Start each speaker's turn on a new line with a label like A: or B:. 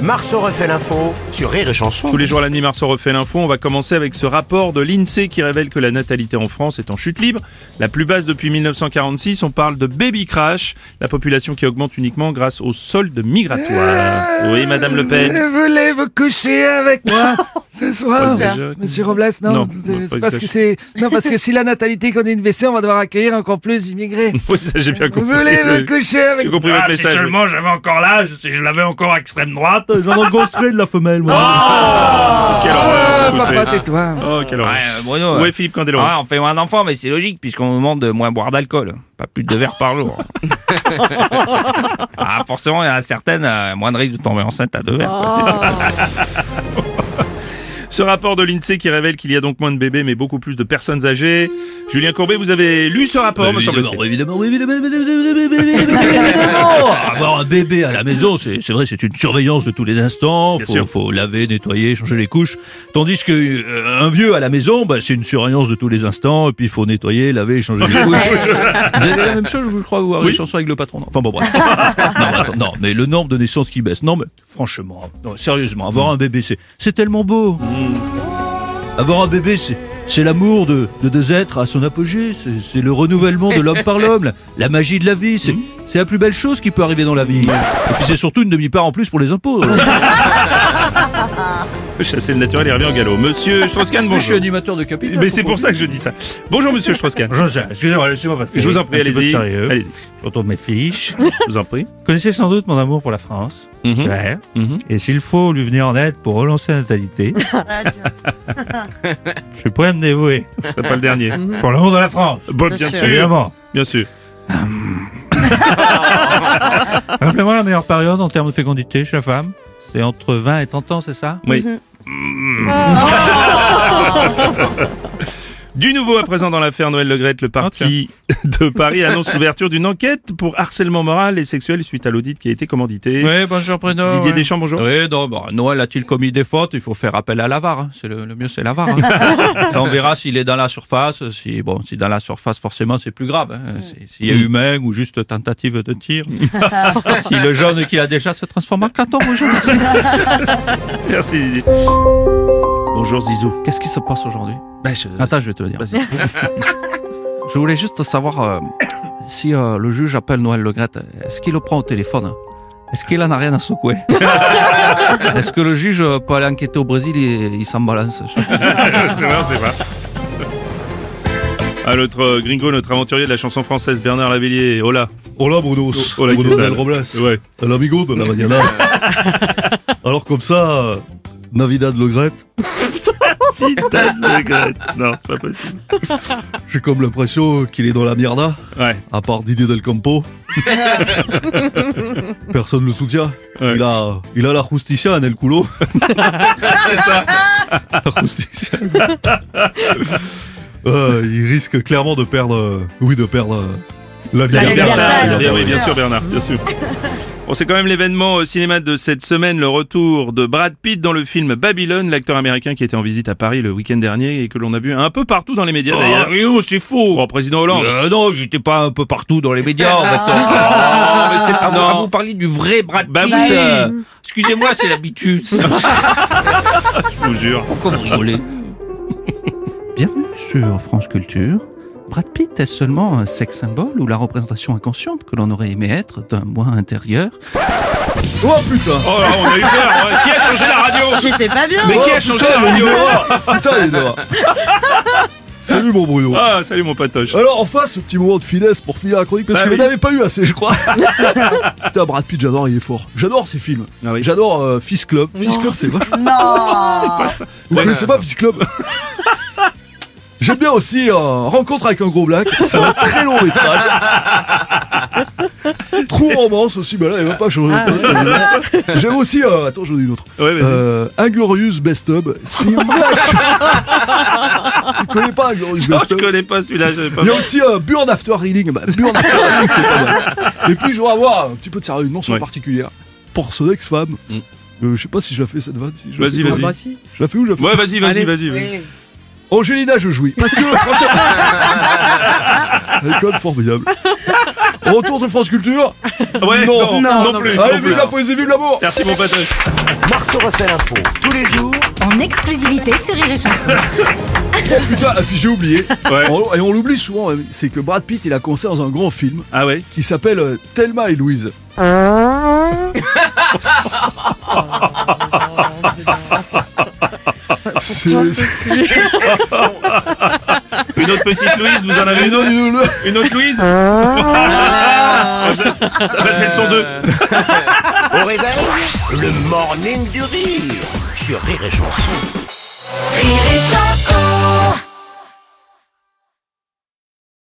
A: Marceau refait l'info sur Rire et Chanson.
B: Tous les jours à la nuit, Marceau refait l'info. On va commencer avec ce rapport de l'INSEE qui révèle que la natalité en France est en chute libre, la plus basse depuis 1946. On parle de baby crash, la population qui augmente uniquement grâce aux soldes migratoires. Oui, Madame Le Pen.
C: voulez vous coucher avec moi ce soir
B: Paul Ah. Déjà.
C: Monsieur Robles, non,
B: Non,
C: c'est-
B: non,
C: c'est
B: Paul
C: parce que
B: Déjà.
C: c'est non parce que si la natalité continue de baisser, on va devoir accueillir encore plus d'immigrés.
B: Oui, ça, j'ai bien compris.
C: voulez vous
B: Oui.
C: coucher avec
B: J'ai compris
D: Ah,
B: votre
D: si
B: message.
D: seulement j'avais encore l'âge, si je l'avais encore extrême droite.
E: J'en rencontrerai de la femelle, moi.
B: oui. Oh, Quelle
C: Ah,
B: horreur,
C: Papa,
B: écoutez.
C: tais-toi.
B: Oh, quelle horreur.
D: euh, Bruno.
B: Oui, Philippe Candelo.
D: ouais, on fait moins d'enfants, mais c'est logique, puisqu'on nous demande de moins boire d'alcool. Pas plus de deux verres par jour. ah, forcément, il y en a certaines, euh, moins de risque de tomber enceinte à deux verres. quoi.
B: Ce rapport de l'INSEE qui révèle qu'il y a donc moins de bébés, mais beaucoup plus de personnes âgées. Julien Courbet, vous avez lu ce
D: Bah,
B: rapport, me semble-t-il.
E: évidemment, évidemment, évidemment, évidemment, évidemment, évidemment. Avoir un bébé à la maison, c'est c'est vrai, c'est une surveillance de tous les instants.
B: Bien
E: Faut,
B: sûr.
E: faut laver, nettoyer, changer les couches. Tandis que euh, un vieux à la maison, bah, c'est une surveillance de tous les instants. Et puis il faut nettoyer, laver, changer les couches. Vous avez la même chose, je crois, vous avez
B: Oui.
E: une chanson avec le patron. non Enfin bon, bref. non, mais attends, non, mais le nombre de naissances qui baisse. Non, mais franchement, non, sérieusement, avoir un bébé, c'est c'est tellement beau. Avoir un bébé, c'est c'est l'amour de, de deux êtres à son apogée, c'est c'est le renouvellement de l'homme par l'homme, la, la magie de la vie,
B: Hmm.
E: c'est c'est la plus belle chose qui peut arriver dans la vie. Et puis c'est surtout une demi-part en plus pour les impôts.
B: Chasser le naturel et revient en galop. Monsieur Strauss-Kahn,
E: Moi, je suis
B: bonjour.
E: animateur de capital.
B: Mais c'est pour ça que je dis ça. Bonjour, monsieur Strauss-Kahn.
E: Je sais, excusez-moi, laissez-moi passer.
B: Je vous en prie,
E: Un petit peu de
B: allez-y.
E: sérieux.
B: Allez-y,
E: Je retourne mes fiches.
B: je vous en prie.
E: Vous connaissez sans doute mon amour pour la France.
B: Mhm.
E: Cher.
B: Mhm.
E: Et s'il faut lui venir en aide pour relancer la natalité, je suis prêt à me dévouer
B: Ce sera pas le dernier.
E: pour l'amour de la France.
B: Bon, bien sûr.
E: Évidemment.
B: Bien sûr.
E: Rappelez-moi la meilleure période en termes de fécondité chez la femme. C'est entre 20 et 30 ans, c'est ça
B: Oui. Du nouveau à présent dans l'affaire Noël Legrette, le parti
E: Oh,
B: de Paris annonce l'ouverture d'une enquête pour harcèlement moral et sexuel suite à l'audit qui a été commandité.
E: Oui, bonjour Bruno.
B: Didier
E: ouais.
B: Deschamps, bonjour.
E: Oui, non, bon, Noël a-t-il commis des fautes Il faut faire appel à l'avare. hein. C'est le, le mieux, c'est l'avare. hein. Ça, on verra s'il est dans la surface. Si bon, si dans la surface, forcément, c'est plus grave. hein. Si- S'il y
F: Mm.
E: a humain ou juste tentative de tir. si le jaune qu'il a déjà se transforme en carton rouge.
B: Merci Didier. Bonjour Zizou.
E: Qu'est-ce qui se passe aujourd'hui
B: Bah, je-
E: Attends, je vais te le dire.
B: Vas-y.
E: Je voulais juste savoir euh, si euh, le juge appelle Noël Le Graët, est-ce qu'il le prend au téléphone Est-ce qu'il en a rien à secouer Est-ce que le juge euh, peut aller enquêter au Brésil et il s'en balance je-
B: C'est vrai, c'est vrai. Ah, notre euh, gringo, notre aventurier de la chanson française, Bernard Lavillier. Hola.
F: Hola Bruno,
B: hola,
F: Bruno
B: ¿qué
F: del
B: tal?
F: Robles,
B: Ouais.
F: el amigo de la mañana. Alors comme ça, euh, Navidad Le Grette,
B: Putain de Legrette. Non, c'est pas possible.
F: j'ai comme l'impression qu'il est dans la mierda,
B: Ouais.
F: à part Didier Del Campo. Personne le soutient.
B: Ouais.
F: Il, a, il a la justicia en el culo.
B: C'est ça.
F: La justicia. Euh, il risque clairement de perdre, euh, oui, de perdre euh, la
B: Bien,
F: liberté.
B: Bernard.
F: Il
B: Bien,
F: a perdu.
B: oui, bien sûr, Bernard, bien sûr. Bon, c'est quand même l'événement au cinéma de cette semaine, le retour de Brad Pitt dans le film Babylone, l'acteur américain qui était en visite à Paris le week-end dernier et que l'on a vu un peu partout dans les
E: Ah,
B: médias d'ailleurs.
E: c'est faux
B: Bon, président Hollande.
E: Euh, Non, j'étais pas un peu partout dans les
D: oh,
E: médias en fait. Ah, mais c'était pas moi. Ah, vous parliez du vrai Brad
B: Bah
E: Pitt.
B: oui.
E: euh, Excusez-moi, c'est l'habitude.
B: Je vous jure.
E: Pourquoi vous rigolez Bienvenue sur France Culture. Brad Pitt est seulement un sex symbole ou la représentation inconsciente que l'on aurait aimé être d'un moi intérieur
F: Oh putain
B: Oh là, on a eu peur. ouais. Qui a changé la radio
G: J'étais pas bien.
B: Mais qui a
F: Oh,
B: changé
F: putain,
B: la radio
F: il est dehors. Putain, il est dehors. Salut mon Bruno
B: Ah, salut mon patoche.
F: Alors enfin ce petit moment de finesse pour finir la chronique parce
B: Bah
F: que
B: oui.
F: vous n'avez pas eu assez je crois. Putain Brad Pitt j'adore il est fort. J'adore ses films.
B: Ah oui.
F: J'adore euh, Fist Club. Fist Club c'est vachement.
G: Non.
F: Vous connaissez pas Fist Club J'aime bien aussi euh, Rencontre avec un gros black. C'est un très long métrage. Trou romance aussi, mais là il va pas changer. J'aime aussi, euh, attends j'en ai une autre.
B: Ouais, vas-y.
F: Euh, Inglorious Best Of. C'est vache. tu connais pas Inglorious
B: Non,
F: Best
B: je
F: Of
B: connais pas celui-là. j'avais pas-
F: il y a aussi euh, Burn After Reading. Bah, Burn After Reading, c'est pas mal. Et puis, je voudrais avoir un petit peu de sérieux, une mention
B: Ouais. Mm.
F: particulière pour son ex-femme, Euh, je sais pas si je la fais cette vanne. si je la
B: Vas-y,
F: fais.
B: vas-y.
G: Ah bah si.
F: Je la fais ou je la fais
B: Ouais, vas-y, vas-y,
G: Allez.
B: vas-y. vas-y.
G: Oui.
F: Angelina, je jouis.
G: Parce que
F: Elle est quand même formidable. Retour de France Culture.
B: Ouais, non,
F: Non.
B: non,
G: Non,
B: non
G: non,
B: plus.
F: Allez,
B: non plus.
F: vive la poésie, vive l'amour.
B: Merci, mon patoche.
A: Marceau refait l'info tous les jours
H: en exclusivité sur Rire et Chanson.
F: Putain, et puis j'ai oublié.
B: Ouais.
F: On- Et on l'oublie souvent, hein, c'est que Brad Pitt, il a commencé dans un grand film
B: Ah ouais
F: qui s'appelle euh, Thelma et Louise. C'est- c'est-
B: Une autre petite Louise, vous en avez une
F: Non,
B: autre
F: non, non, non.
B: Une autre Louise Ah, ça, bah, C'est le son 2.
A: au réveil. Le morning du rire sur Rire et Chanson.
H: Rire et Chanson.